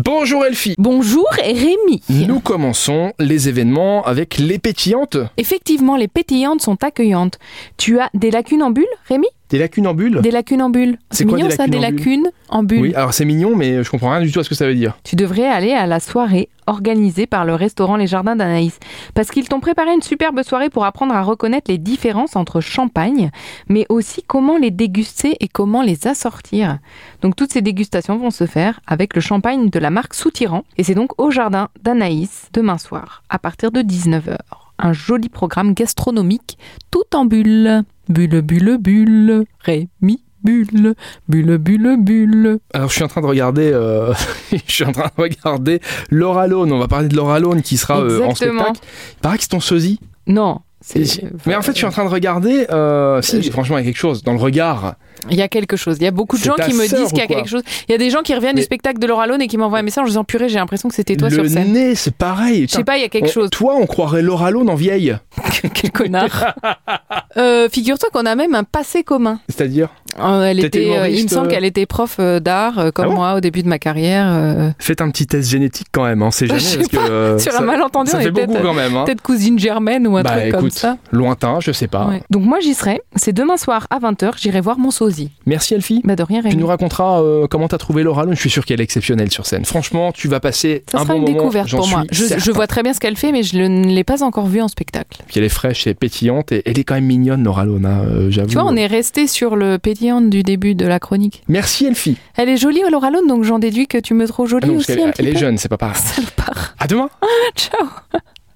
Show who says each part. Speaker 1: Bonjour Elfie.
Speaker 2: Bonjour Rémi.
Speaker 1: Nous commençons les événements avec les pétillantes.
Speaker 2: Effectivement, les pétillantes sont accueillantes. Tu as des lacunes en bulle, Rémi
Speaker 1: Des lacunambules
Speaker 2: Des lacunes en bulle.
Speaker 1: Euh. C'est quoi,
Speaker 2: mignon
Speaker 1: des
Speaker 2: ça,
Speaker 1: lacunes
Speaker 2: des
Speaker 1: en bulle
Speaker 2: lacunes en bulle.
Speaker 1: Oui, alors c'est mignon, mais je comprends rien du tout à ce que ça veut dire.
Speaker 2: Tu devrais aller à la soirée organisée par le restaurant Les Jardins d'Anaïs, parce qu'ils t'ont préparé une superbe soirée pour apprendre à reconnaître les différences entre champagne, mais aussi comment les déguster et comment les assortir. Donc toutes ces dégustations vont se faire avec le champagne de la marque Soutiran, et c'est donc au Jardin d'Anaïs demain soir, à partir de 19h. Un joli programme gastronomique, tout en bulle. Bulle, bulle, bulle, Rémi, bulle, bulle, bulle, bulle.
Speaker 1: Alors je suis en train de regarder, euh, je suis en train de regarder Laura Lone. On va parler de Laura Lone qui sera euh, en
Speaker 2: Exactement.
Speaker 1: spectacle. Il paraît que c'est ton sosie.
Speaker 2: Non.
Speaker 1: Et-
Speaker 2: c'est-
Speaker 1: Mais en fait, je suis en train de regarder. euh, si,
Speaker 2: je-
Speaker 1: franchement, il y a quelque chose dans le regard.
Speaker 2: Il y a quelque chose. Il y a beaucoup de
Speaker 1: C'est
Speaker 2: gens
Speaker 1: ta
Speaker 2: qui me
Speaker 1: sœur
Speaker 2: disent qu'il y
Speaker 1: ou
Speaker 2: a
Speaker 1: quoi
Speaker 2: quelque chose. Il y a des gens qui reviennent
Speaker 1: Mais-
Speaker 2: du spectacle de Laura Lone et qui m'envoient un message en disant purée, j'ai l'impression que c'était toi
Speaker 1: le
Speaker 2: sur scène.
Speaker 1: nez, c'est pareil.
Speaker 2: Je sais
Speaker 1: Putain,
Speaker 2: pas, il y a quelque
Speaker 1: on-
Speaker 2: chose.
Speaker 1: Toi, on croirait Laura Lone en vieille.
Speaker 2: Quel connard. Euh, Figure-toi qu'on a même un passé commun.
Speaker 1: C'est-à-dire,
Speaker 2: Euh, elle
Speaker 1: T'étais
Speaker 2: était, euh, il me
Speaker 1: humoriste,
Speaker 2: semble
Speaker 1: euh,
Speaker 2: qu'elle était prof euh, d'art, euh, comme
Speaker 1: Ah bon
Speaker 2: moi au début de ma carrière. euh,
Speaker 1: faites un petit test génétique quand même. On sait
Speaker 2: Bah,
Speaker 1: jamais
Speaker 2: je sais
Speaker 1: parce que
Speaker 2: pas,
Speaker 1: euh,
Speaker 2: Sur
Speaker 1: ça,
Speaker 2: un malentendu,
Speaker 1: ça
Speaker 2: on
Speaker 1: fait
Speaker 2: est peut-être
Speaker 1: beaucoup quand même. hein.
Speaker 2: peut-être cousine germaine ou un
Speaker 1: Bah,
Speaker 2: truc comme
Speaker 1: écoute. Ah.
Speaker 2: ça.
Speaker 1: Lointain, je sais pas.
Speaker 2: Ouais. Donc moi j'y serai. C'est demain soir à 20h, j'irai voir mon sosie.
Speaker 1: Merci Elfie.
Speaker 2: Bah de rien,
Speaker 1: Tu
Speaker 2: Rémi.
Speaker 1: nous raconteras euh, comment t'as trouvé Laura Lone. Je suis sûr qu'elle est exceptionnelle sur scène. Franchement, tu vas passer
Speaker 2: Ça
Speaker 1: un
Speaker 2: sera
Speaker 1: bon
Speaker 2: une
Speaker 1: moment.
Speaker 2: découverte
Speaker 1: j'en
Speaker 2: pour moi.
Speaker 1: suis
Speaker 2: Je, je
Speaker 1: certain.
Speaker 2: vois très bien ce qu'elle fait, mais je le- ne l'ai pas encore vue en spectacle.
Speaker 1: Puis elle est fraîche et pétillante et elle est quand même mignonne, Laura Lone, hein, euh, j'avoue.
Speaker 2: Tu vois, on est resté sur le pétillante du début de la chronique.
Speaker 1: Merci Elfie.
Speaker 2: Elle est jolie, Laura Lone, donc j'en déduis que tu me trouves jolie
Speaker 1: Ah non, parce
Speaker 2: aussi
Speaker 1: qu'elle-
Speaker 2: un
Speaker 1: elle,
Speaker 2: petit
Speaker 1: est
Speaker 2: peu.
Speaker 1: jeune, c'est pas pareil.
Speaker 2: Salopard.
Speaker 1: À demain.
Speaker 2: Ciao.